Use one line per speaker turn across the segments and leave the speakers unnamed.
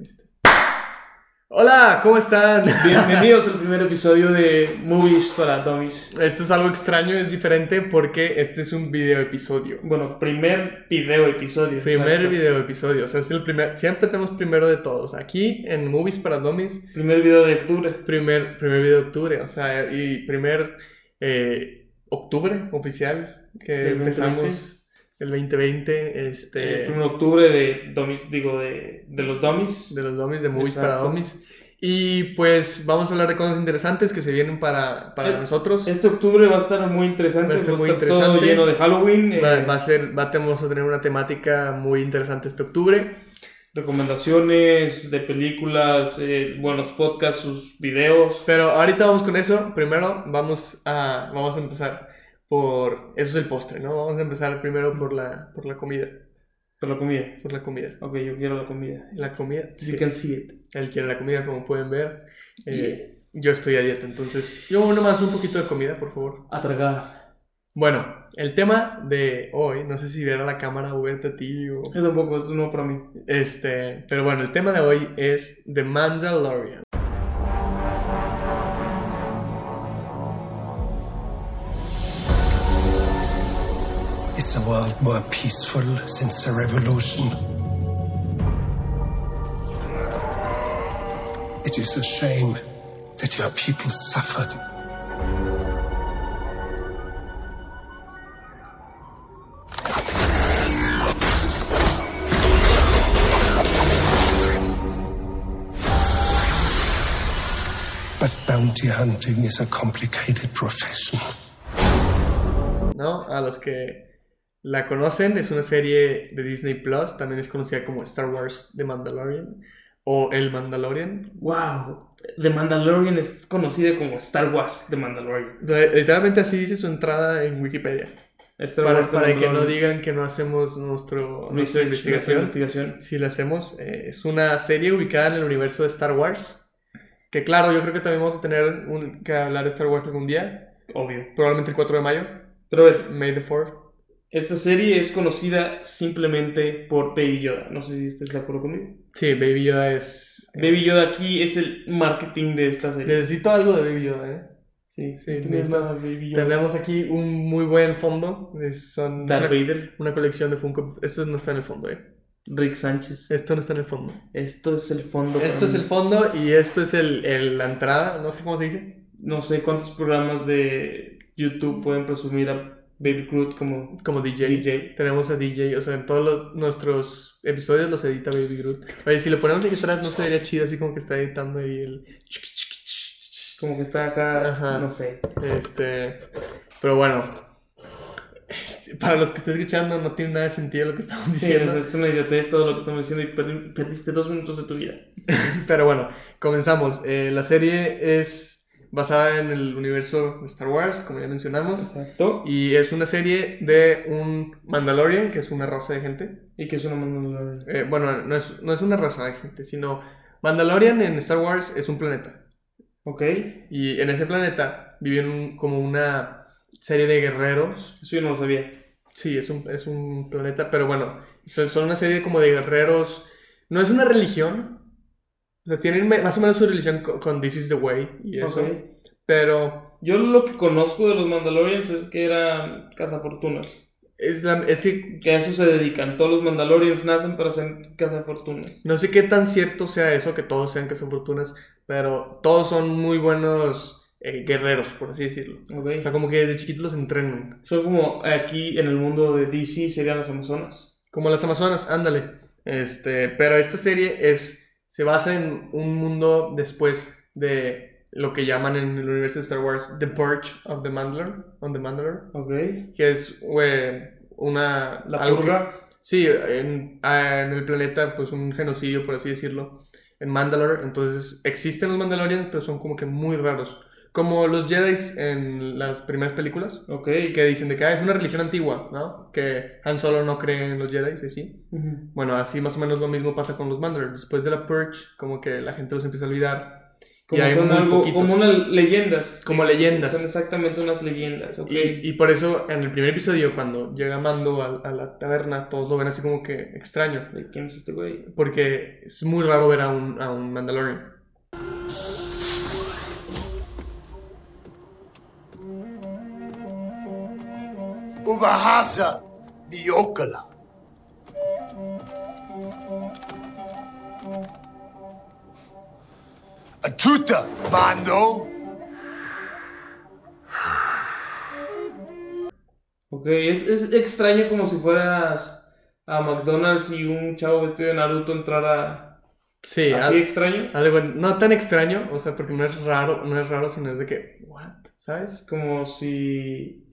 Este. Hola, ¿cómo están?
Bienvenidos al primer episodio de Movies para Dummies.
Esto es algo extraño, es diferente porque este es un video episodio.
Bueno, primer video episodio.
Primer
exacto.
video episodio, o sea, es el primer, siempre tenemos primero de todos. Aquí en Movies para Dummies,
Primer video de octubre.
primer, primer video de octubre, o sea, y primer eh, octubre oficial que
Del
empezamos el 2020 este,
El 1 de octubre de Dummies, digo, de, de los Dummies.
de los Dummies, de Movies para
Exacto.
Dummies. Y pues vamos a hablar de cosas interesantes que se vienen para, para
Sí,
nosotros.
Este octubre va a estar muy
Va
interesante. Va
a
a
estar muy
estar todo
interesante.
lleno de Halloween. eh,
Va, va a ser, va, te- vamos a tener una temática muy interesante este octubre.
Recomendaciones de películas, eh, buenos podcasts, sus videos.
Pero ahorita vamos con eso. Primero vamos a, vamos a empezar por... Eso es el postre, ¿no? Vamos a empezar primero por la, por la comida.
Con la comida.
Por la comida.
Ok, yo quiero la comida.
La comida.
You
Sí.
can see it.
Él quiere la comida, como pueden ver. Eh, Yo estoy a dieta, entonces... Yo nomás un poquito de comida, por favor.
A tragar.
Bueno, el tema de hoy, no sé si ver a la cámara o verte a ti o...
Eso tampoco es nuevo para mí.
Este, pero bueno, el tema de hoy es The Mandalorian.
Is the world more peaceful since the revolution? It is a shame that your people suffered. But bounty hunting is a complicated profession.
¿no? A los que la conocen, es una serie de Disney Plus, también es conocida como Star Wars The Mandalorian o El Mandalorian.
Wow, The Mandalorian es conocida como Star Wars The Mandalorian.
Re- Literalmente así dice su entrada en Wikipedia.
Star
Para,
Wars The
para que no
Mandalorian.
digan que no hacemos nuestro, nuestra
research, nuestra
investigación.
investigación.
Si la hacemos, eh, es una serie ubicada en el universo de Star Wars. Que claro, yo creo que también vamos a tener un- que hablar de Star Wars algún día.
Obvio.
Probablemente el 4 de mayo.
Pero a ver,
May the 4th.
esta serie es conocida simplemente por Baby Yoda. No sé si estás de acuerdo conmigo.
Sí, Baby Yoda es...
Baby Yoda aquí es el marketing de esta serie.
Necesito algo de Baby Yoda, ¿eh?
Sí,
sí,
sí. Tienes
necesito-
nada, Baby Yoda.
Tenemos aquí un muy buen fondo. es- Son
Darth
una,
Vader,
una colección de Funko. Esto no está en el fondo, eh.
Rick Sánchez.
Esto no está en el fondo.
Esto es el fondo.
Esto
para
es el
mí.
fondo y esto es el, el- la entrada. No sé cómo se dice.
No sé cuántos programas de YouTube pueden presumir a Baby Groot como
Como DJ.
DJ.
Tenemos a DJ. O sea, en todos los- nuestros episodios los edita Baby Groot. Oye, si lo ponemos aquí atrás no se vería chido así como que está editando ahí el...
Como que está acá,
Ajá.
no sé.
Este... Pero bueno. Este, para los que estén escuchando no tiene nada de sentido lo que estamos
Sí,
diciendo.
o sea, es una idiotez todo lo que estamos diciendo y perdi- perdiste dos minutos de tu vida.
Pero bueno, comenzamos. Eh, la serie es basada en el universo de Star Wars, como ya mencionamos.
Exacto.
Y es una serie de un Mandalorian, que es una raza de gente.
Y que es una mandaloriana.
Eh, bueno, no es, no es una raza de gente, sino Mandalorian en Star Wars es un planeta.
Ok.
Y en ese planeta viven un- como una serie de guerreros.
Eso yo no lo sabía.
Sí, es un, es un planeta, pero bueno, son, son una serie como de guerreros. No es una religión. O sea, tienen me- más o menos su religión co- con This is the Way y eso.
Ok.
Pero
Yo lo que conozco de los Mandalorians es que eran cazafortunas.
es, la- es que
Que a eso se dedican. Todos los Mandalorians nacen para ser cazafortunas.
no sé qué tan cierto sea eso, que todos sean que son fortunas, pero todos son muy buenos eh, guerreros, por así decirlo. O sea,
Ok.
como que desde chiquitos los entrenan.
Son como aquí en el mundo de DC serían las Amazonas.
Como las Amazonas, ándale. Este, pero esta serie es, se basa en un mundo después de lo que llaman en el universo de Star Wars The Purge of the Mandalor, on the Mandalor,
Ok.
que es eh, una...
La
algo que-
purga.
Sí, en, ah, en el planeta, pues un genocidio, por así decirlo, en Mandalore. Entonces, existen los Mandalorians, pero son como que muy raros. Como los Jedi en las primeras películas,
Ok.
que dicen de que ah, es una religión antigua, ¿no? Que Han Solo no cree en los Jedi, y así.
Ujú.
Bueno, así más o menos lo mismo pasa con los Mandalorians. Después de la Purge, como que la gente los empieza a olvidar. Y
Como
hay
son
muy
algo,
poquitos.
como unas leyendas.
Como leyendas.
Son exactamente unas leyendas. Ok.
Y, y por eso, en el primer episodio, cuando llega Mando a, a la taberna, todos lo ven así como que extraño.
¿De ¿Quién es este güey?
Porque es muy raro ver a un, a un Mandalorian.
Bahasa Biokala. Atuta Bando.
Ok, es, es extraño como si fueras a McDonald's y un chavo vestido de Naruto entrara
Sí, haz-
así extraño.
haz de cuenta- no tan extraño, o sea, porque no es raro, no es raro, sino es de que, what, ¿sabes?
Es como si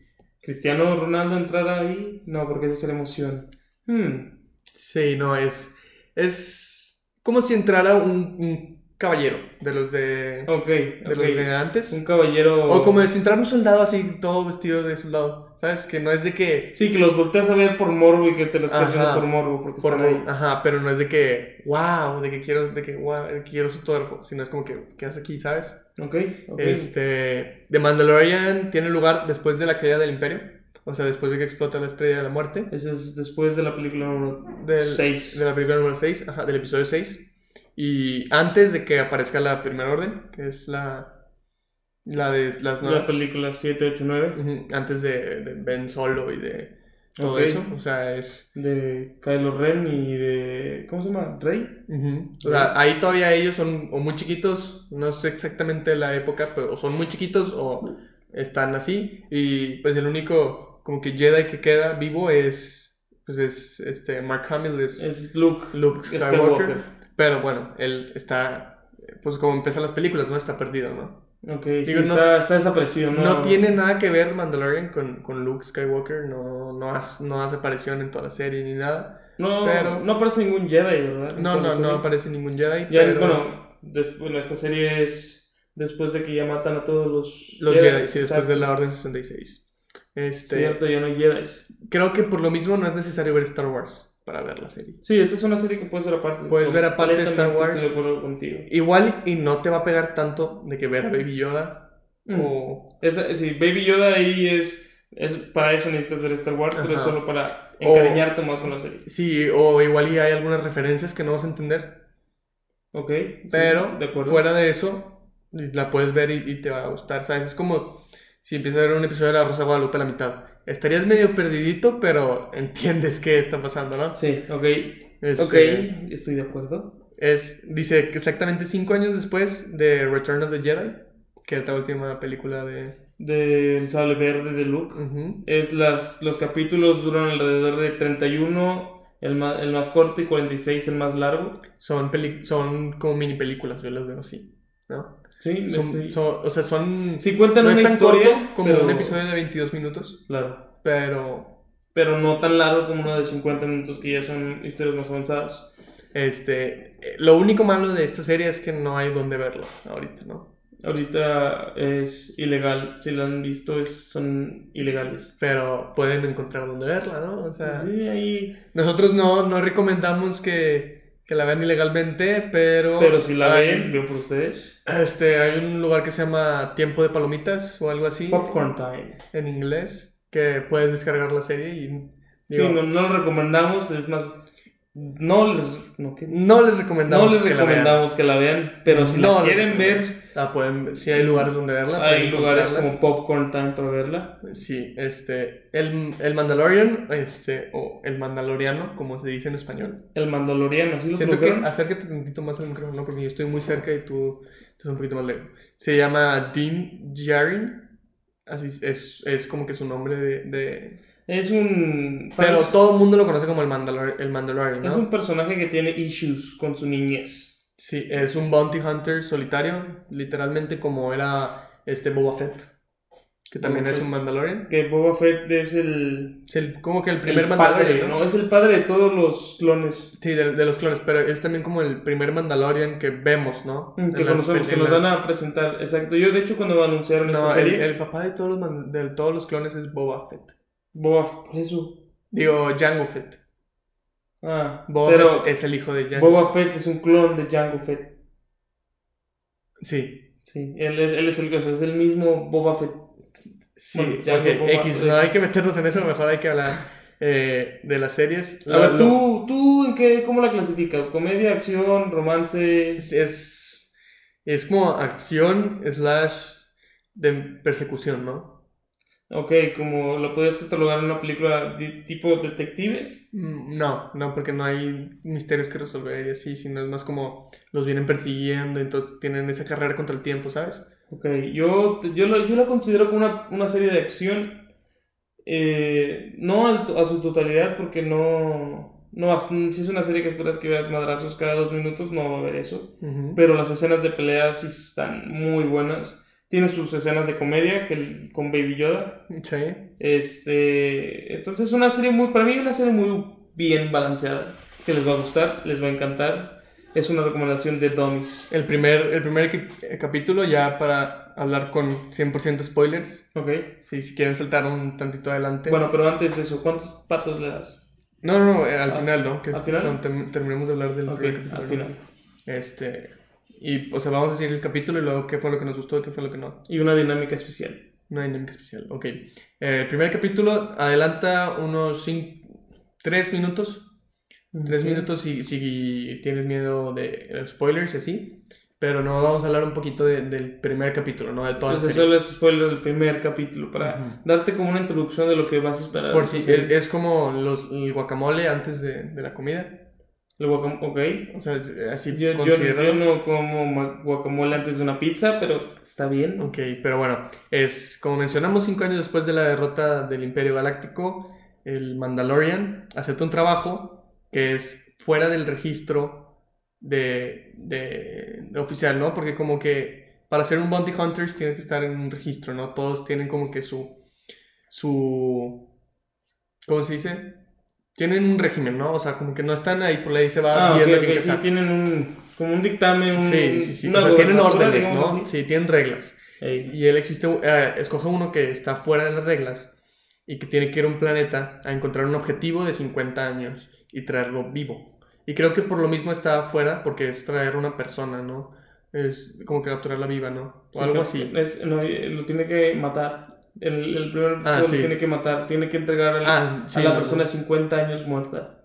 Cristiano Ronaldo entrara ahí. No, porque esa es la emoción. Hmm,
Sí, no, es, es como si entrara un, un caballero de los de,
ok,
de,
ok.
los de antes.
Un caballero.
O como si entrara un soldado así, todo vestido de soldado, ¿sabes? Que no es de que...
Sí, que los volteas a ver por morbo y que te los estás
Ajá.
viendo por morbo porque
por-
están ahí.
ajá, pero no es de que, wow, de que quiero, de que, wow, de que quiero su autógrafo, sino es como que, ¿qué hace aquí, sabes?
Ok, ok.
Este, The Mandalorian tiene lugar después de la caída del Imperio, o sea, después de que explota la Estrella de la Muerte,
Ese es después de la película número
del,
6.
de la película número 6, ajá, del episodio 6, y antes de que aparezca la Primera Orden, que es la, la de las
La
nuevas,
película 7, 8, 9.
Ujú, antes de, de Ben Solo y de todo
Ok.
eso, o sea, es,
De Kylo Ren y de. ¿Cómo se llama? ¿Rey?
ujú, o sea, ahí todavía ellos son o muy chiquitos, no sé exactamente la época, pero o son muy chiquitos o... están así y pues el único como que Jedi que queda vivo es pues es este Mark Hamill es
Es Luke.
Luke Skywalker,
Skywalker.
pero bueno él está pues como empiezan las películas no está perdido no
Ok, sí,
Digo, no-
está, está desaparecido, ¿no?
no, tiene nada que ver Mandalorian con, con Luke Skywalker no no hace, no hace aparición en toda la serie ni nada
No,
pero-
no aparece ningún Jedi, ¿verdad?
no no
Entonces,
no aparece ningún Jedi
Ya,
pero
bueno, des- bueno, esta serie es después de que ya matan a todos los.
los Jedi sí,
exacto.
después de la Orden 66 este
Cierto, ya no hay Jedi.
creo que por lo mismo no es necesario ver Star Wars para ver la serie
Sí, esta es una serie que puedes ver aparte.
Puedes ver aparte de Star
Completamente
Wars.
Estoy de acuerdo contigo.
Igual y no te va a pegar tanto de que ver a Baby Yoda o,
Esa- sí, Baby Yoda ahí es, es. Para eso necesitas ver Star Wars, pero es
Ajá.
solo para
O-
encariñarte más con la serie.
sí, o igual y hay algunas referencias que no vas a entender.
Ok. sí,
Pero
de acuerdo.
fuera de eso, la puedes ver y, y te va a gustar. ¿Sabes? Es como si empiezas a ver un episodio de La Rosa de Guadalupe a la mitad. Estarías medio perdidito, pero entiendes qué está pasando, ¿no?
Sí, ok.
Este,
Ok, estoy de acuerdo.
Es, dice que exactamente cinco años después de Return of the Jedi, que es la última película de...
Del sable verde de Luke.
Ujú.
Es las, los capítulos duran alrededor de 31, el más, el más corto, y 46, el más largo.
son, peli- son como mini películas, yo las veo así, ¿no?
Sí,
Son-
estoy-
este, son- o sea, son.
sí cuentan
no
una
es tan
historia.
corto como
pero-
un episodio de 22 minutos,
Claro.
pero
Pero no tan largo como uno de 50 minutos, que ya son historias más avanzadas.
este eh, lo único malo de esta serie es que no hay dónde verlo ahorita, ¿no?
Ahorita es ilegal. Si la han visto, es, son ilegales.
Pero pueden encontrar dónde verla, ¿no? O sea,
Sí, ahí.
nosotros no, no recomendamos que, que la vean ilegalmente, pero
Pero si la
hay-
ven, veo por ustedes.
este hay un lugar que se llama Tiempo de Palomitas o algo así
Popcorn Time.
en inglés que puedes descargar la serie y digo,
sí, no, no lo recomendamos. Es más, no les, no, ¿qué?
no les
No
recomendamos
les
que la vean.
recomendamos que la vean, pero si
No,
la
no,
quieren
no.
ver,
La pueden, si hay lugares donde verla.
hay
pueden
lugares
encontrarla.
como Popcorn Time para verla.
Sí, este, el, el Mandalorian, este, o el Mandaloriano, como se dice en español.
El Mandaloriano, ¿sí lo
Siento que,
tradujeron?
acércate tantito más al micrófono, porque yo estoy muy cerca y tú estás un poquito más lejos. Se llama Dean Djarin, así es- es, es como que su nombre de... de-
Es un...
Pero
parece-
todo el mundo lo conoce como el, Mandalor- el Mandalorian, ¿no?
Es un personaje que tiene issues con su niñez.
Sí, es un bounty hunter solitario, literalmente como era este Boba Fett, que también
Boba
es
Fett.
un Mandalorian.
Que Boba Fett es el...
Es el- como que el
el
primer Mandalorian,
padre,
¿no?
¿no? Es el padre de todos los clones
Sí, de, de los clones, pero es también como el primer Mandalorian que vemos, ¿no?
mm,
En
que
las
conocemos, que
peli-
nos
en las-
van a presentar. Exacto. Yo, de hecho, cuando anunciaron
No,
esta
el,
serie,
el papá de todos, los, man- de todos los clones es Boba Fett.
Boba Fett... Por eso.
Digo, Jango Fett.
Ah,
Boba
pero
Fett es el hijo de Jango.
Boba Fett es un clon de Jango Fett.
Sí.
Sí, él es, él es el o sea, es el mismo Boba Fett.
Sí,
Bueno, Jango,
ok,
Boba
X, no hay
Fett.
que meternos en eso, mejor hay que hablar eh, de las series.
A
Lo-
ver,
lo-
¿tú, tú en qué, cómo la clasificas? ¿Comedia, acción, romance?
Es, es, es como acción slash de persecución, ¿no?
Ok, como lo podías catalogar en una película de tipo detectives.
Mm, No, no, porque no hay misterios que resolver y así, sino es más como los vienen persiguiendo, entonces tienen esa carrera contra el tiempo, ¿sabes?
Ok, yo, yo, lo, yo lo considero como una, una serie de acción. eh, no al to- a su totalidad, porque no. no vas- si es una serie que esperas que veas madrazos cada dos minutos, no va a haber eso.
Ujú.
Pero las escenas de pelea sí están muy buenas. Tiene sus escenas de comedia que, el- con Baby Yoda.
Sí.
Este, entonces una serie muy, para mí una serie muy bien balanceada, que les va a gustar, les va a encantar. Es una recomendación de Dummies.
El primer, el primer equi- eh, capítulo, ya para hablar con 100% spoilers,
Ok.
si, si quieren saltar un tantito adelante.
Bueno, pero antes de eso, ¿cuántos patos le das?
No, no, no, eh, al
¿Al-
final, ¿no? Que
al final?
cuando term- terminemos de hablar del
Ok,
primer capítulo,
al
¿no?
final.
Este, y, o sea, vamos a decir el capítulo y luego qué fue lo que nos gustó y qué fue lo que no.
Y una dinámica especial.
Una dinámica especial, ok. Eh, el primer capítulo adelanta unos 3 minutos. 3
Ok.
minutos si, si tienes miedo de eh, spoilers y así. Pero no, vamos a hablar un poquito de- del primer capítulo, ¿no? De toda la
Entonces,
serie.
solo es spoiler del primer capítulo para
Ujú.
darte como una introducción de lo que vas a esperar.
Por
de
si
esta
es,
serie.
es como los, el guacamole antes de, de la comida.
El guacam- ok.
O sea, es- así
Yo, yo,
considéralo.
yo no como ma- guacamole antes de una pizza, pero está bien.
Ok, pero bueno, es como mencionamos, cinco años después de la derrota del Imperio Galáctico, el Mandalorian acepta un trabajo que es fuera del registro de, de- de oficial, ¿no? Porque como que para ser un bounty hunters tienes que estar en un registro, ¿no? Todos tienen como que su su ¿cómo se dice? Tienen un régimen, ¿no? O sea, como que no están ahí por ahí se va
Ah, ok,
viendo
ok,
quién qué
sí,
saca.
tienen un, como un dictamen, un,
Sí, sí, sí.
una
O sea, tienen
gobernatura,
órdenes,
digamos
¿no?
así.
Sí, tienen reglas.
Ey,
Y él existe, eh, escoge uno que está fuera de las reglas y que tiene que ir a un planeta a encontrar un objetivo de 50 años y traerlo vivo. Y creo que por lo mismo está fuera porque es traer una persona, ¿no? Es como que capturarla viva, ¿no? O
sí,
algo
creo
así.
que es- no, eh, lo tiene que matar. El, el primer
Ah,
episodio lo
sí.
tiene que matar, tiene que entregar al-
Ah, sí,
a la
no,
persona de 50 años muerta.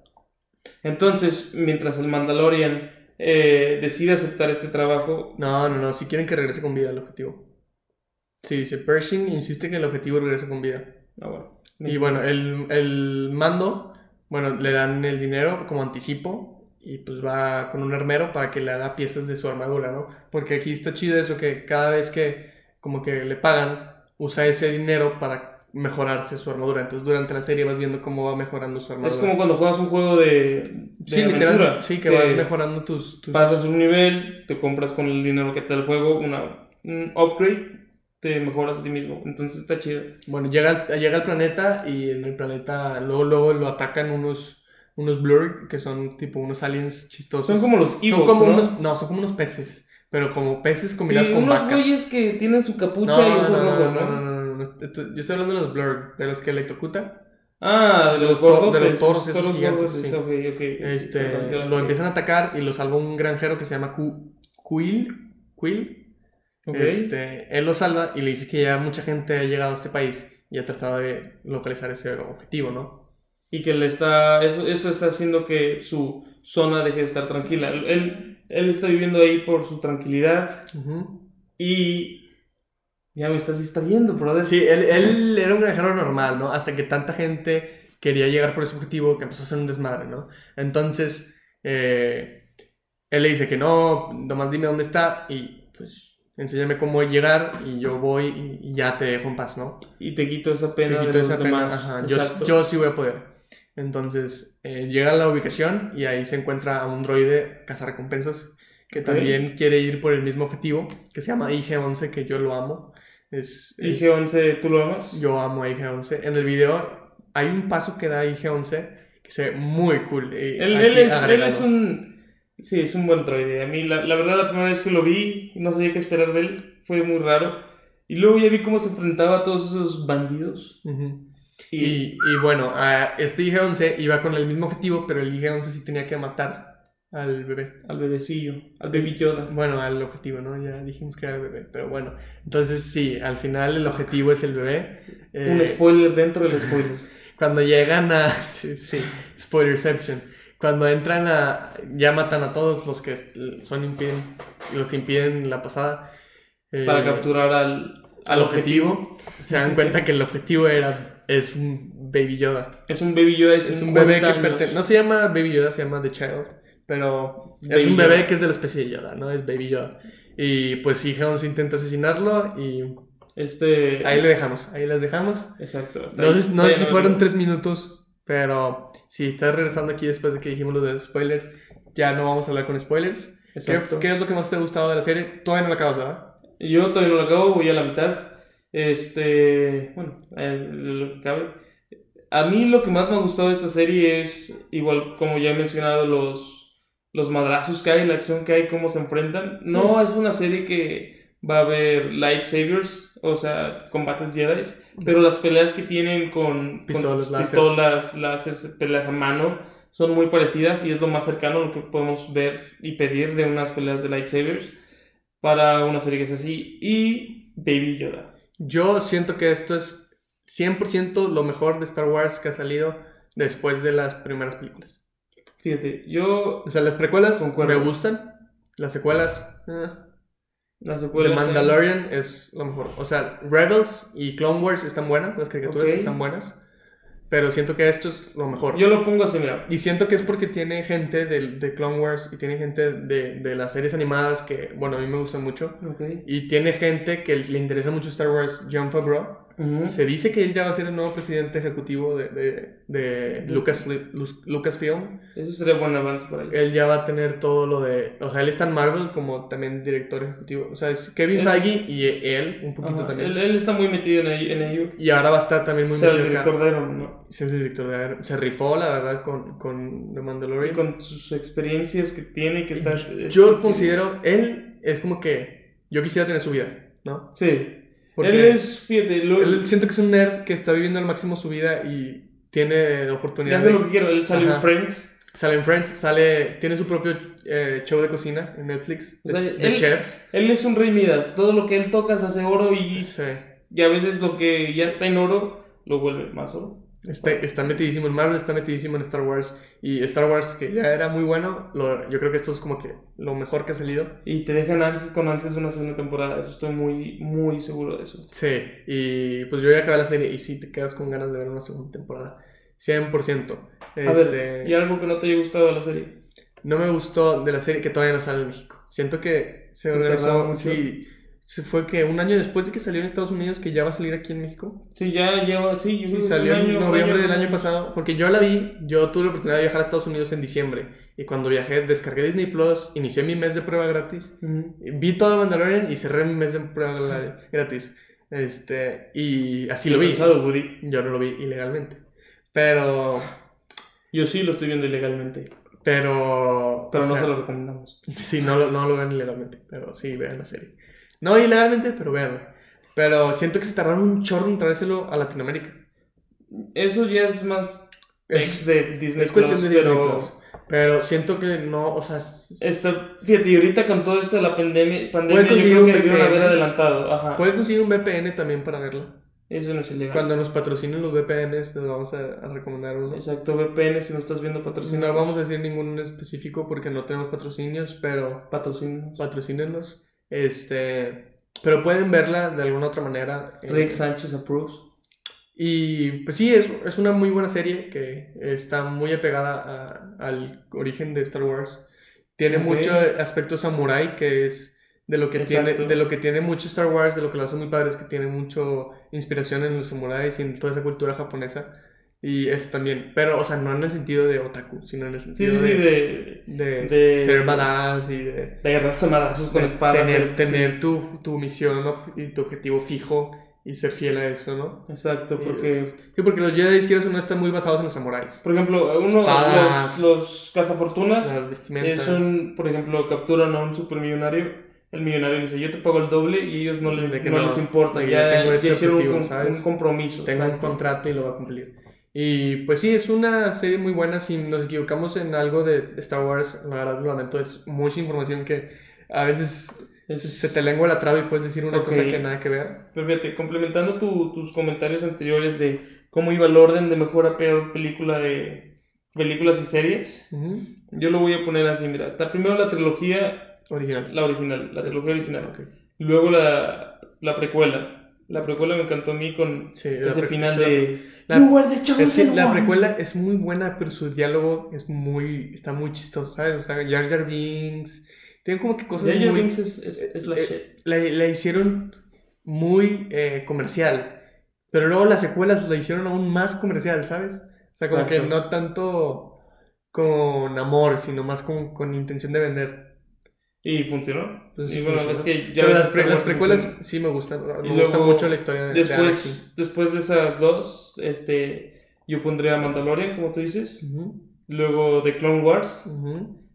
Entonces, mientras el Mandalorian eh, decide aceptar este trabajo,
No, no, no. Si quieren que regrese con vida el objetivo. Sí, dice Pershing insiste que el objetivo regrese con vida.
ah, bueno,
Y bueno, el, el mando, bueno, le dan el dinero como anticipo y pues va con un armero para que le haga piezas de su armadura, ¿no? Porque aquí está chido eso que cada vez que como que le pagan, usa ese dinero para mejorarse su armadura. Entonces durante la serie vas viendo cómo va mejorando su armadura.
es como cuando juegas un juego de, de
sí, literal,
aventura,
sí, que vas
eh,
mejorando tus... tus-
pasas un nivel, te compras con el dinero que te da el juego una, un upgrade, te mejoras a ti mismo. Entonces está chido.
Bueno, llega, al- llega al planeta y en el planeta luego, luego lo atacan unos... Unos blur, que son tipo unos aliens chistosos.
Son como los
Son
Ewoks,
como
¿no?
unos, no, son como unos peces, pero como peces combinados
Sí,
con
unos
vacas.
güeyes que tienen su
no,
capucha y
no,
ojos
no, no, no,
rojos,
no, no, no, no. Esto- Yo estoy hablando de los Blur, de los que electrocuta.
Ah, de
Los
los
to- de
gordotes.
los toros esos gigantes,
gordos,
sí.
ok, ok, sí, perdón, ya
Este,
lo
lo
vi.
empiezan a atacar y lo salva un granjero que se llama Cu- Quill. Quill.
Ok.
Este, él lo salva y le dice que ya mucha gente ha llegado a este país y ha tratado de localizar ese objetivo, ¿no?
Y que le está. Eso, eso está haciendo que su zona deje de estar tranquila. Él, él está viviendo ahí por su tranquilidad
Ujú.
y. Ya me estás distrayendo, brother.
Sí, él, él era un granjero normal, ¿no? Hasta que tanta gente quería llegar por ese objetivo que empezó a hacer un desmadre, ¿no? Entonces, eh, él le dice que no, nomás dime dónde está y pues enséñame cómo llegar y yo voy y, y ya te dejo en paz, ¿no?
Y te quito esa
Te
pena
quito
de los
esa pena.
demás.
Ajá, yo,
Exacto.
yo sí voy a poder. Entonces, eh, llega a la ubicación y ahí se encuentra a un droide cazarrecompensas que
Ok.
también quiere ir por el mismo objetivo, que se llama IG-11, que yo lo amo. Es, es-
IG-11, ¿tú lo amas?
yo amo a IG-11. En el video hay un paso que da IG-11 que se ve muy cool. eh,
Él,
aquí
él es, él
agregado.
es un. Sí, es un buen droide. A mí, la, la verdad, la primera vez que lo vi, no sabía qué esperar de él. Fue muy raro. Y luego ya vi cómo se enfrentaba a todos esos bandidos.
Ujú.
Y,
Y, y bueno, a este IG-11 iba con el mismo objetivo, pero el IG-11 sí tenía que matar al bebé.
al bebecillo, al baby Yoda.
Bueno, al objetivo, ¿no? Ya dijimos que era el bebé, pero bueno. Entonces sí, al final el objetivo es el bebé. Eh,
un spoiler dentro del spoiler.
Cuando llegan a... Sí, sí, spoilerception. Cuando entran a... Ya matan a todos los que son impiden... Los que impiden la pasada. eh,
para capturar al,
al objetivo, se dan cuenta que el objetivo era es un Baby Yoda.
Es un baby Yoda de
Es
50
un bebé que
años.
pertenece. No se llama Baby Yoda, se llama The Child. Pero es
Baby
un bebé
Yoda.
que es de la especie de Yoda, ¿no? Es Baby Yoda. Y pues sí, Hans intenta asesinarlo y
Este...
ahí le dejamos, ahí las dejamos.
Exacto. hasta
No
ahí.
sé, no sé
Ya
si
no-
fueron tres minutos, pero si estás regresando aquí después de que dijimos los de spoilers, ya no vamos a hablar con spoilers. ¿Qué,
Exacto.
qué es lo que más te ha gustado de la serie? Todavía no la acabas, ¿verdad?
Yo todavía no lo acabo, voy a la mitad. Este, bueno, eh, lo que cabe. A mí lo que más me ha gustado de esta serie es, igual como ya he mencionado, los, los madrazos que hay, la acción que hay, cómo se enfrentan.
Mm.
No es una serie que va a haber lightsabers, o sea, combates Jedi, pero las peleas que tienen con, con
Pistolas, láser.
pistolas, láseres, peleas a mano, son muy parecidas y es lo más cercano a lo que podemos ver y pedir de unas peleas de lightsabers para una serie que es así. Y Baby Yoda.
Yo siento que esto es 100% lo mejor de Star Wars que ha salido después de las primeras películas.
Fíjate, yo
O sea, las precuelas
Concuerdo.
me gustan. Las secuelas. eh.
la
The
secuela...
Mandalorian es lo mejor. O sea, Rebels y Clone Wars están buenas. Las caricaturas
Ok.
están buenas. Pero siento que esto es lo mejor.
Yo lo pongo así, mira.
Y siento que es porque tiene gente de, de Clone Wars y tiene gente de, de las series animadas que, bueno, a mí me gustan mucho.
Ok.
Y tiene gente que le interesa mucho Star Wars, John Favreau.
Ujú.
Se dice que él ya va a ser el nuevo presidente ejecutivo de, de, de Lucasfli- Lus- Lucasfilm.
Eso sería buen avance para él.
él ya va a tener todo lo de. O sea, él está en Marvel como también director ejecutivo. O sea, es Kevin
Es-
Feige y e- él un poquito
Ajá,
también.
Él, él está muy metido en, ahí- en ello.
Y ahora va a estar también muy
o sea, el
metido acá.
director de Iron Man, ¿no?
Sí, es el director de Iron- Se rifó, la verdad, con, con The
Y
Mandalorian.
con sus experiencias que tiene, que está... es-
Yo considero. Él es como que. Yo quisiera tener su vida, ¿no?
Sí.
Porque
Él es, fíjate, lo-
él siento que es un nerd que está viviendo al máximo su vida y tiene
ya
oportunidades.
hace lo que quiero. Él salió
Ajá.
en Friends.
Sale en Friends, sale. Tiene su propio eh, show de cocina en Netflix.
O sea,
de, de
él-
chef.
Él es un rey Midas. Todo lo que él toca se hace oro y,
Sí.
y a veces lo que ya está en oro lo vuelve más oro.
Está, está metidísimo en Marvel, está metidísimo en Star Wars. Y Star Wars, que ya era muy bueno, lo- yo creo que esto es como que lo mejor que ha salido.
Y te dejan ansias con ansias de una segunda temporada. Eso estoy muy, muy seguro de eso.
Sí, y pues yo ya acabé la serie y sí te quedas con ganas de ver una segunda temporada. 100%.
A ver,
Este,
¿y algo que no te haya gustado de la serie?
No me gustó de la serie que todavía no sale en México. Siento que se
Se tardaron
organizó.
mucho.
Sí, se fue que un año después de que salió en Estados Unidos, que ya va a salir aquí en México.
Sí, ya lleva, sí, yo creo
Sí,
que es
salió
un año,
en
un
noviembre
año,
del
no sé.
año pasado, porque yo la vi, yo tuve la oportunidad de viajar a Estados Unidos en diciembre, y cuando viajé descargué Disney Plus, inicié mi mes de prueba gratis,
Ujú.
vi todo Mandalorian y cerré mi mes de prueba gra- gratis, este, y así lo vi,
Cansado, Woody.
yo no lo vi ilegalmente, pero,
Yo sí lo estoy viendo ilegalmente,
pero,
pero
o
no
sea,
se lo recomendamos.
sí, no lo, no lo vean ilegalmente, pero sí, vean la serie, no ilegalmente, pero veanla, pero siento que se tardaron un chorro en traérselo a Latinoamérica,
Eso ya es más
Es-
ex de Disney
Es cuestión
Plus,
de Disney
pero
Plus. Pero siento que no, o sea, s-
Está, fíjate, y ahorita con todo esto de la pandemia,
Puedes
pandemia yo
conseguir
creo
un
que debieron
VPN.
haber adelantado. Ajá.
puedes conseguir un VPN también para verla.
Eso no es ilegal.
Cuando nos patrocinen los VPNs, les vamos a, a recomendar uno.
Exacto, VPN, si nos estás viendo,
No
patrocina.
vamos a decir ningún específico porque no tenemos patrocinios, pero
Patrocina.
patrocínenlos. Este, pero pueden verla de alguna otra manera. eh,
Rick Sánchez approves.
Y pues sí, es, es una muy buena serie que está muy apegada a- al origen de Star Wars. Tiene
Ok.
mucho aspecto samurai, que es de lo que tiene,
Exacto.
de lo que tiene mucho Star Wars, de lo que lo hace muy padre, es que tiene mucho inspiración en los samuráis y en toda esa cultura japonesa. Y es también, pero, o sea, no en el sentido de otaku, sino en el
Sí,
sentido
sí, sí,
de,
de,
de
de-
ser badass y de
de agarrarse a madrazos con
de
espadas.
tener,
de-
tener tu, tu misión ¿no? y tu objetivo fijo y ser fiel a eso, ¿no?
sí. Exacto, porque,
Sí, porque los Jedi quieras o no están muy basados en los samuráis.
por ejemplo, uno,
Espadas.
los, los cazafortunas
Las vestimentas.
Pues, es un, por ejemplo, capturan a un supermillonario. El millonario dice, yo te pago el doble y ellos no, le-
De que
no
no,
les importa.
de que
Ya,
yo tengo
ya
este
hicieron un,
objetivo,
com-
¿sabes?
un compromiso.
Tengo un
exacto.
contrato y lo va a cumplir. Y pues sí, es una serie muy buena. Si nos equivocamos en algo de Star Wars, la verdad lo lamento. Es mucha información que a veces
Es-
se te lengua la traba y puedes decir una
Ok.
cosa que nada que ver.
Pero Fíjate, complementando tu- tus comentarios anteriores de cómo iba el orden de mejor a peor película de películas y series,
Ujú.
yo lo voy a poner así, mira, está primero la trilogía,
Original.
la original, la trilogía original,
Ok.
luego la, la precuela, La precuela me encantó a mí con
Sí, la
ese
pre-
final
sí, la-
de...
la-
you were the chosen
Es que la
one".
precuela es muy buena, pero su diálogo es muy, está muy chistoso, ¿sabes? O sea, Jar Jar Binks, tiene como que cosas
Jar Jar
Pues muy...
Binks es, es- es la
eh,
shit.
La, la hicieron muy eh, comercial, pero luego las secuelas la hicieron aún más comercial, ¿sabes? O sea, como que
Exacto.
no tanto con amor, sino más con, con intención de vender.
Y funcionó.
Pues sí
y bueno,
funcionó.
es que ya
Pero
ves
las,
Star
pre- las
Wars
precuelas
funciona.
sí me gustan, me
Y
gusta
luego,
mucho la historia de, de Anakin.
Después, después de esas dos, este, yo pondría a Mandalorian, como tú dices.
Ujú,
Luego The Clone Wars.
ujú,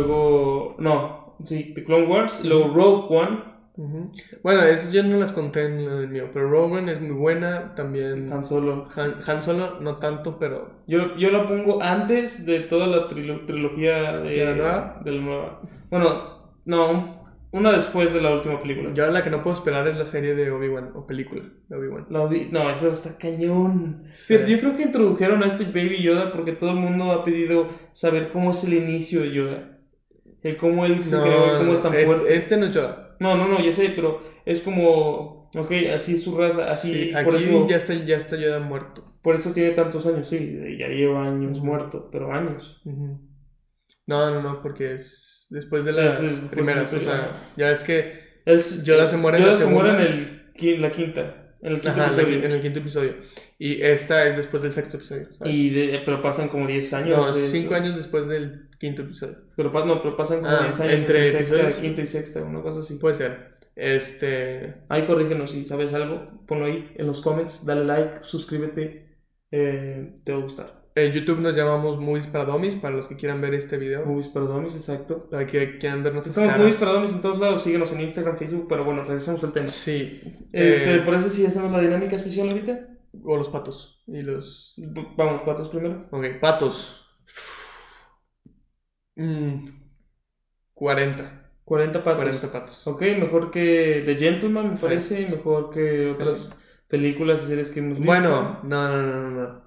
Luego. No, sí, The Clone Wars. Luego Rogue One.
ujú. Bueno, es, yo no las conté en el mío, pero Rogue One es muy buena, también
Han Solo.
Han, Han Solo no tanto, pero
Yo, yo la pongo antes de toda la trilo- trilogía de,
¿De la nueva?
de la nueva. Bueno, no, una después de la última película.
yo la que no puedo esperar es la serie de Obi-Wan o película de Obi-Wan.
La vi- No, eso está cañón. Fíjate, yo creo que introdujeron a este Baby Yoda porque todo el mundo ha pedido saber cómo es el inicio de Yoda. El cómo él se creó, el cómo es tan
es-
fuerte.
Este no es Yoda.
No, no, no, ya sé, pero es como, ok, así es su raza, así,
Sí,
por,
aquí
eso,
ya, está, ya está Yoda muerto.
por eso tiene tantos años, sí, ya lleva años muerto, pero años.
Ujú. No, no, no, porque es después de las
Es- es después
primeras.
de-
o sea, ya es que.
Él se-
Yoda se muere en
Yoda
la
se muere
segunda.
en el qui- la quinta, en el quinto
Ajá, en la-
episodio.
en el quinto episodio. Y esta es después del sexto episodio. ¿sabes?
Y de- pero pasan como 10 años.
no,
de eso.
cinco años después del quinto episodio.
Pero, pa- no, pero pasan como
Ah,
10 años
entre
entre, sexta,
episodios.
quinta y sexta, una cosa así.
Puede ser. Este.
Ahí corrígenos si sabes algo, ponlo ahí en los comments, dale like, suscríbete, eh, te va a gustar.
En YouTube nos llamamos Movies para Dummies, para los que quieran ver este video.
Movies para Dummies, exacto.
Para que quieran ver nuestras
Estamos Movies
caras.
para Dummies en todos lados, síguenos en Instagram, Facebook, pero bueno, regresamos al tema.
Sí.
Eh,
eh,
¿Te parece si hacemos la dinámica especial ahorita?
O los patos. Y los.
V- Vamos, patos primero.
Ok, patos. Mm, 40.
40 patos.
40 patos.
Ok, mejor que The Gentleman, me
Sí.
parece, mejor que otras películas y series que hemos visto.
Bueno, no, no, no, no, no.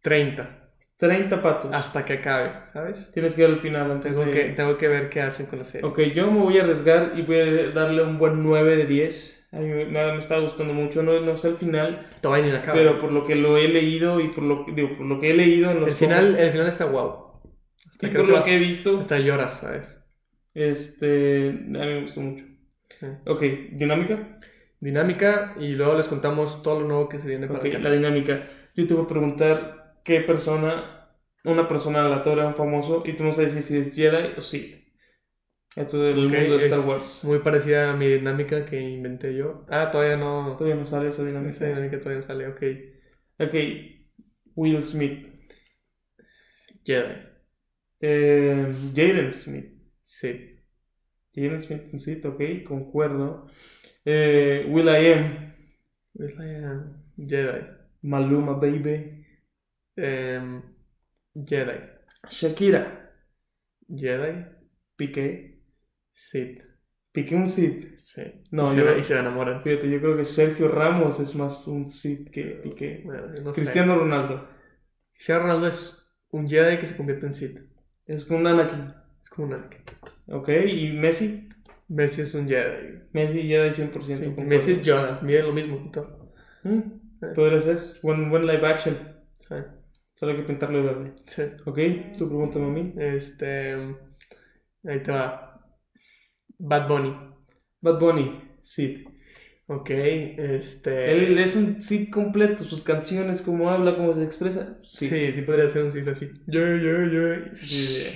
30.
30 patos.
Hasta que acabe, ¿sabes?
Tienes que ir al final antes
Ah. Tengo
de...
que, tengo que ver qué hacen con la serie.
Ok, yo me voy a arriesgar y voy a darle un buen 9 de 10. A mí me, me está gustando mucho, no, no sé el final,
Todavía ni la acaba.
pero por lo que lo he leído y por lo, que- digo, por lo que he leído en los
el, final,
comments
el final está guau. Hasta
y
creo
por
que
lo
vas-
que he visto,
Hasta lloras, ¿sabes?
este, a mí me gustó mucho.
Sí.
Ok, dinámica.
Dinámica y luego les contamos todo lo nuevo que se viene para
Ok,
acá.
la dinámica. Yo te voy a preguntar qué persona, una persona aleatoria, un famoso, y tú me vas a decir si es Jedi o Sith. Esto del
Ok,
mundo de Star
es
Wars.
Muy parecida a mi dinámica que inventé yo. Ah, todavía no.
Todavía no sale esa dinámica.
Esa dinámica todavía no sale. Ok.
Ok, Will Smith.
Jedi.
Eh, Jaden Smith.
Sí.
Jaden Smith, sí, ok, concuerdo. Eh, Will I Am.
Es la Jedi.
Maluma Baby.
Em, Jedi.
Shakira.
Jedi.
Piqué.
Sith.
Piqué un Sith.
Sí.
No,
y, se,
yo-
y se enamoran.
Fíjate, yo creo que Sergio Ramos es más un Sith que Piqué.
Bueno, yo no sé.
Cristiano Ronaldo.
Cristiano Ronaldo es un Jedi que se convierte en Sith.
Es con Anakin.
Es como un arque.
Ok, y Messi.
Messi es un Jedi.
Messi ya da el 100%.
Sí,
concuerdo.
Messi es Jonas. Miren lo mismo. puto.
¿Mm? Podría ser. Buen, buen live action.
Sí.
Solo hay que pintarlo de verde.
Sí.
Ok, tú pregúntame a mí.
Este. Ahí te va. Bad Bunny.
Bad Bunny. Sith.
Ok. Este.
Él es un sí completo, sus canciones, cómo habla, cómo se expresa.
Sí. sí, podría ser un Sith así. Yeah, yeah, yeah.
Sí, sí.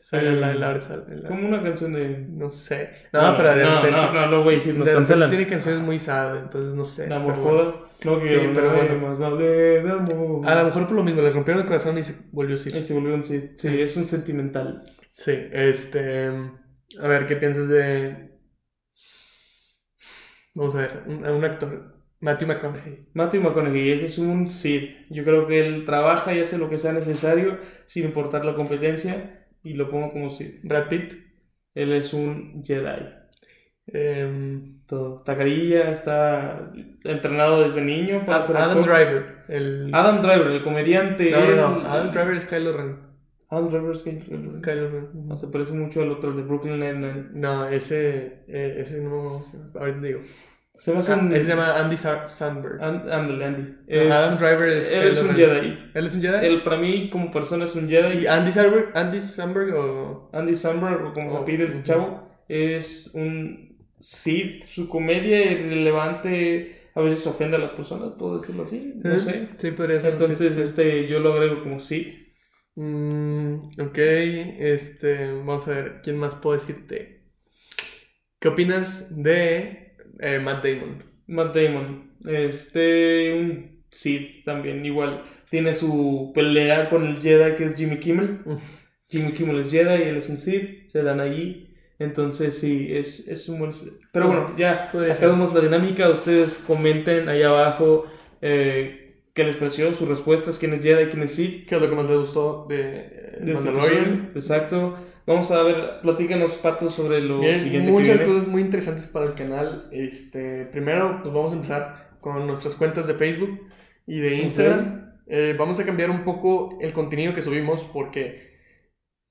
Sale
Eh,
la, la, la- la-
Como una canción de.
No sé. No, pero de
no,
repente.
no, no, no, güey, si nos
de repente
cancelan.
tiene canciones muy sad, entonces no sé.
La
pero bueno.
morfoda. No quiero
Sí, pero
nada
bueno.
más vale de amor.
A lo mejor por lo mismo, le rompieron el corazón y se volvió
Y
así.
se volvió un sí. Sí, es un sentimental.
Sí, este. A ver, ¿qué piensas de. Vamos a ver, un, un actor. Matthew McConaughey.
Matthew McConaughey, ese es un sí. Yo creo que él trabaja y hace lo que sea necesario sin importar la competencia y lo pongo como sí.
Brad Pitt.
Él es un Jedi.
em,
Todo. Tacarilla, está entrenado desde niño para ser
Adam
actor.
Driver. El...
Adam Driver, el comediante.
no,
él-
no, no. Adam Driver es Kylo Ren.
Adam Driver es que-
Kylo Ren.
No se parece mucho al otro, el de Brooklyn Nine-Nine.
e, No, ese. eh, ese no. Ahorita te digo.
Se me hace
Ah,
un...
él se llama Andy Sa- Sandberg.
An- ándale, Andy. Es-
Adam Driver es.
él es
el
un
hombre-
Jedi.
Él es un Jedi.
Él, para mí, como persona, es un Jedi.
¿Y Andy Samberg, Andy Samberg o.?
Andy Samberg, o como
Oh,
se pide el
ujú.
chavo, es un Sith. Su comedia irrelevante a veces ofende a las personas, puedo decirlo así, no
¿Eh?
sé.
Sí, podría ser.
Entonces,
sí.
este, yo lo agrego como Sith.
Mm, ok, este. Vamos a ver, ¿quién más puedo decirte? ¿Qué opinas de eh, Matt Damon?
Matt Damon, este, un Sith también, igual. Tiene su pelea con el Jedi que es Jimmy Kimmel. Jimmy Kimmel es Jedi y él es un Sith, se dan allí. Entonces, sí, es, es un buen. Pero bueno, ya
Podría ser.
acabamos la dinámica. Ustedes comenten ahí abajo eh, qué les pareció, sus respuestas, quién es Jedi, quién es Sith.
¿Qué es lo que más le gustó de, eh,
de este
Mandalorian?
episodio. Exacto. Vamos a ver, platícanos, Pato, sobre lo
Miren,
siguiente que
muchas
viene.
cosas muy interesantes para el canal. Este, primero, pues vamos a empezar con nuestras cuentas de Facebook y de Instagram. Eh, vamos a cambiar un poco el contenido que subimos porque,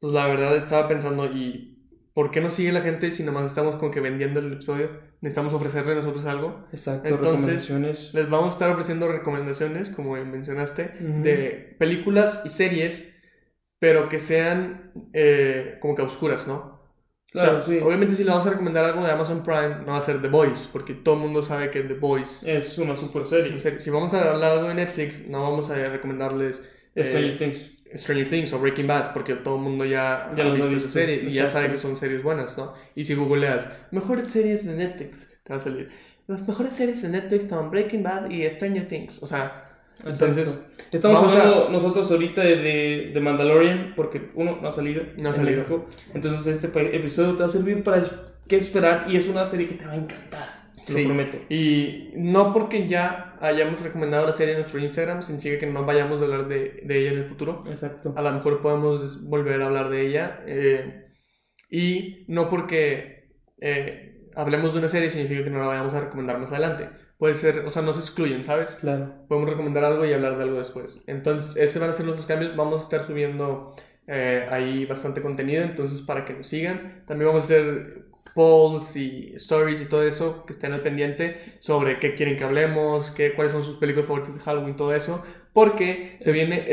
pues la verdad, estaba pensando y ¿por qué no sigue la gente si nomás estamos como que vendiendo el episodio? Necesitamos ofrecerle nosotros algo.
Exacto,
Entonces,
recomendaciones.
Les vamos a estar ofreciendo recomendaciones, como mencionaste,
Ujú.
de películas y series, pero que sean eh, como que oscuras, ¿no? O sea,
Claro, sí.
Obviamente si le vamos a recomendar algo de Amazon Prime, no va a ser The Voice, porque todo el mundo sabe que The Voice.
Es una super
O
serie.
sea, si vamos a hablar algo de Netflix, no vamos a recomendarles eh,
Stranger Things.
Stranger Things o Breaking Bad, porque todo el mundo ya,
Ya
ha
los ha
visto esa
visto,
serie y ya
exacto.
sabe que son series buenas, ¿no? Y si googleas, mejores series de Netflix, te va a salir. Las mejores series de Netflix son Breaking Bad y Stranger Things. O sea, entonces...
Estamos
Vamos a-
hablando nosotros ahorita de, de, de Mandalorian porque uno no ha salido.
No ha
en
salido.
México. Entonces este pe- episodio te va a servir para qué esperar y es una serie que te va a encantar. Te
sí.
lo prometo.
Y no porque ya hayamos recomendado la serie en nuestro Instagram, significa que no vayamos a hablar de, de ella en el futuro.
Exacto.
a lo mejor podemos volver a hablar de ella. eh, y no porque eh, hablemos de una serie significa que no la vayamos a recomendar más adelante. Puede ser, o sea, no se excluyen, ¿sabes?
Claro.
Podemos recomendar algo y hablar de algo después. Entonces, esos van a ser nuestros cambios. Vamos a estar subiendo eh, ahí bastante contenido, entonces para que nos sigan. También vamos a hacer polls y stories y todo eso que estén al pendiente sobre qué quieren que hablemos, qué, cuáles son sus películas favoritas de Halloween, todo eso. Porque se viene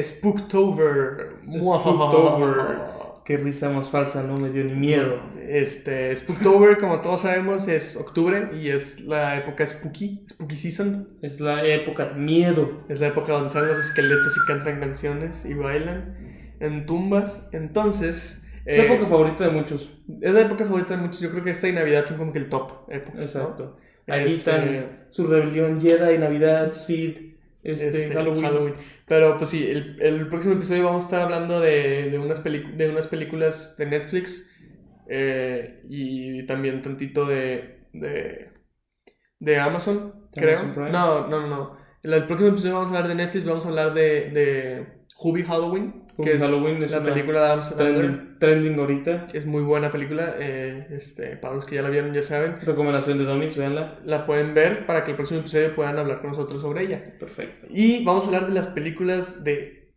Spooktober.
Spooktober. Qué risa más falsa, no me dio ni miedo.
Este, Spooktober, como todos sabemos, es octubre y es la época spooky, spooky season.
Es la época de miedo.
Es la época donde salen los esqueletos y cantan canciones y bailan en tumbas. Entonces,
Es la
eh,
época favorita de muchos.
es la época favorita de muchos. Yo creo que esta y Navidad son como que el top. época, ¿no?
Exacto. Ahí
Este,
están su rebelión Jedi, Navidad, Sid, este,
este,
Halloween.
Pero pues sí, el, el próximo episodio vamos a estar hablando de, de unas, pelicu- de unas películas de Netflix eh, y también tantito de, de, de Amazon,
De
creo.
Amazon Prime.
no, no, no, no. El, el próximo episodio vamos a hablar de Netflix, vamos a hablar de, de Hubby Halloween,
Hubby
que es
Halloween es
la
una
película de Adam Sandler.
Trending, trending ahorita.
Es muy buena película, eh, este, para los que ya la vieron ya saben.
Recomendación de Domis, véanla.
La pueden ver para que el próximo episodio puedan hablar con nosotros sobre ella.
Perfecto.
Y vamos a hablar de las películas de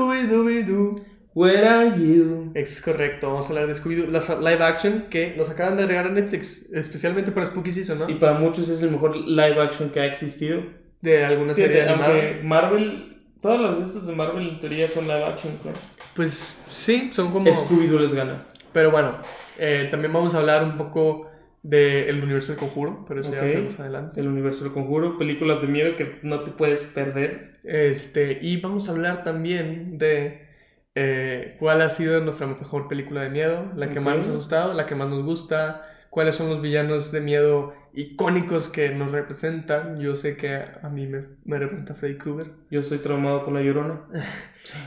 Scooby-Dooby-Doo.
Where are you?
Es correcto, vamos a hablar de Scooby-Doo. Las live action que los acaban de agregar a Netflix, especialmente para Spooky Season, ¿no?
Y para muchos es el mejor live action que ha existido.
De alguna serie
Fíjate,
animada.
aunque Marvel, todas las de estas de Marvel en teoría son live actions, ¿no?
Pues sí, son como.
Scooby-Doo les gana.
Pero bueno, eh, también vamos a hablar un poco del universo del conjuro, pero eso ya va a ser
Ok.
más adelante.
El universo del conjuro, películas de miedo que no te puedes perder.
Este, y vamos a hablar también de eh, cuál ha sido nuestra mejor película de miedo, la que más
Ok.
nos ha asustado, la que más nos gusta, cuáles son los villanos de miedo icónicos que nos representan. Yo sé que a mí me, me representa Freddy Krueger.
Yo estoy traumado con la llorona.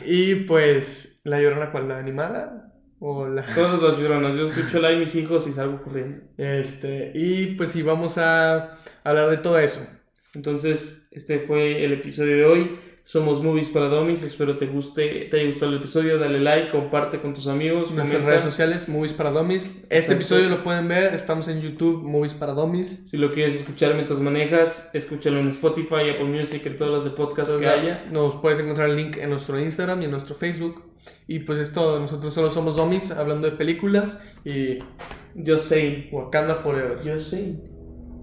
Y pues, ¿la llorona cuál? ¿La animada? O la...
Todas las lloronas. Yo escucho la de mis hijos y salgo corriendo.
Este, y pues sí, vamos a hablar de todo eso.
Entonces, este fue el episodio de hoy. Somos Movies para Domis. Espero te guste, te haya gustado el episodio. Dale like, comparte con tus amigos.
Nuestras
comenta.
redes sociales, Movies para Dummies. Este
Exacto.
episodio lo pueden ver, estamos en YouTube, Movies para Dummies.
Si lo quieres escuchar mientras manejas, escúchalo en Spotify, Apple Music, en todas las de podcast que
Entonces,
haya.
Nos puedes encontrar el link en nuestro Instagram y en nuestro Facebook. Y pues es todo. Nosotros solo somos zombies hablando de películas y
Yo sé.
Wakanda Forever.
Yo sé.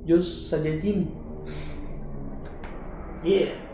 Yo Saiyajin. Yeah.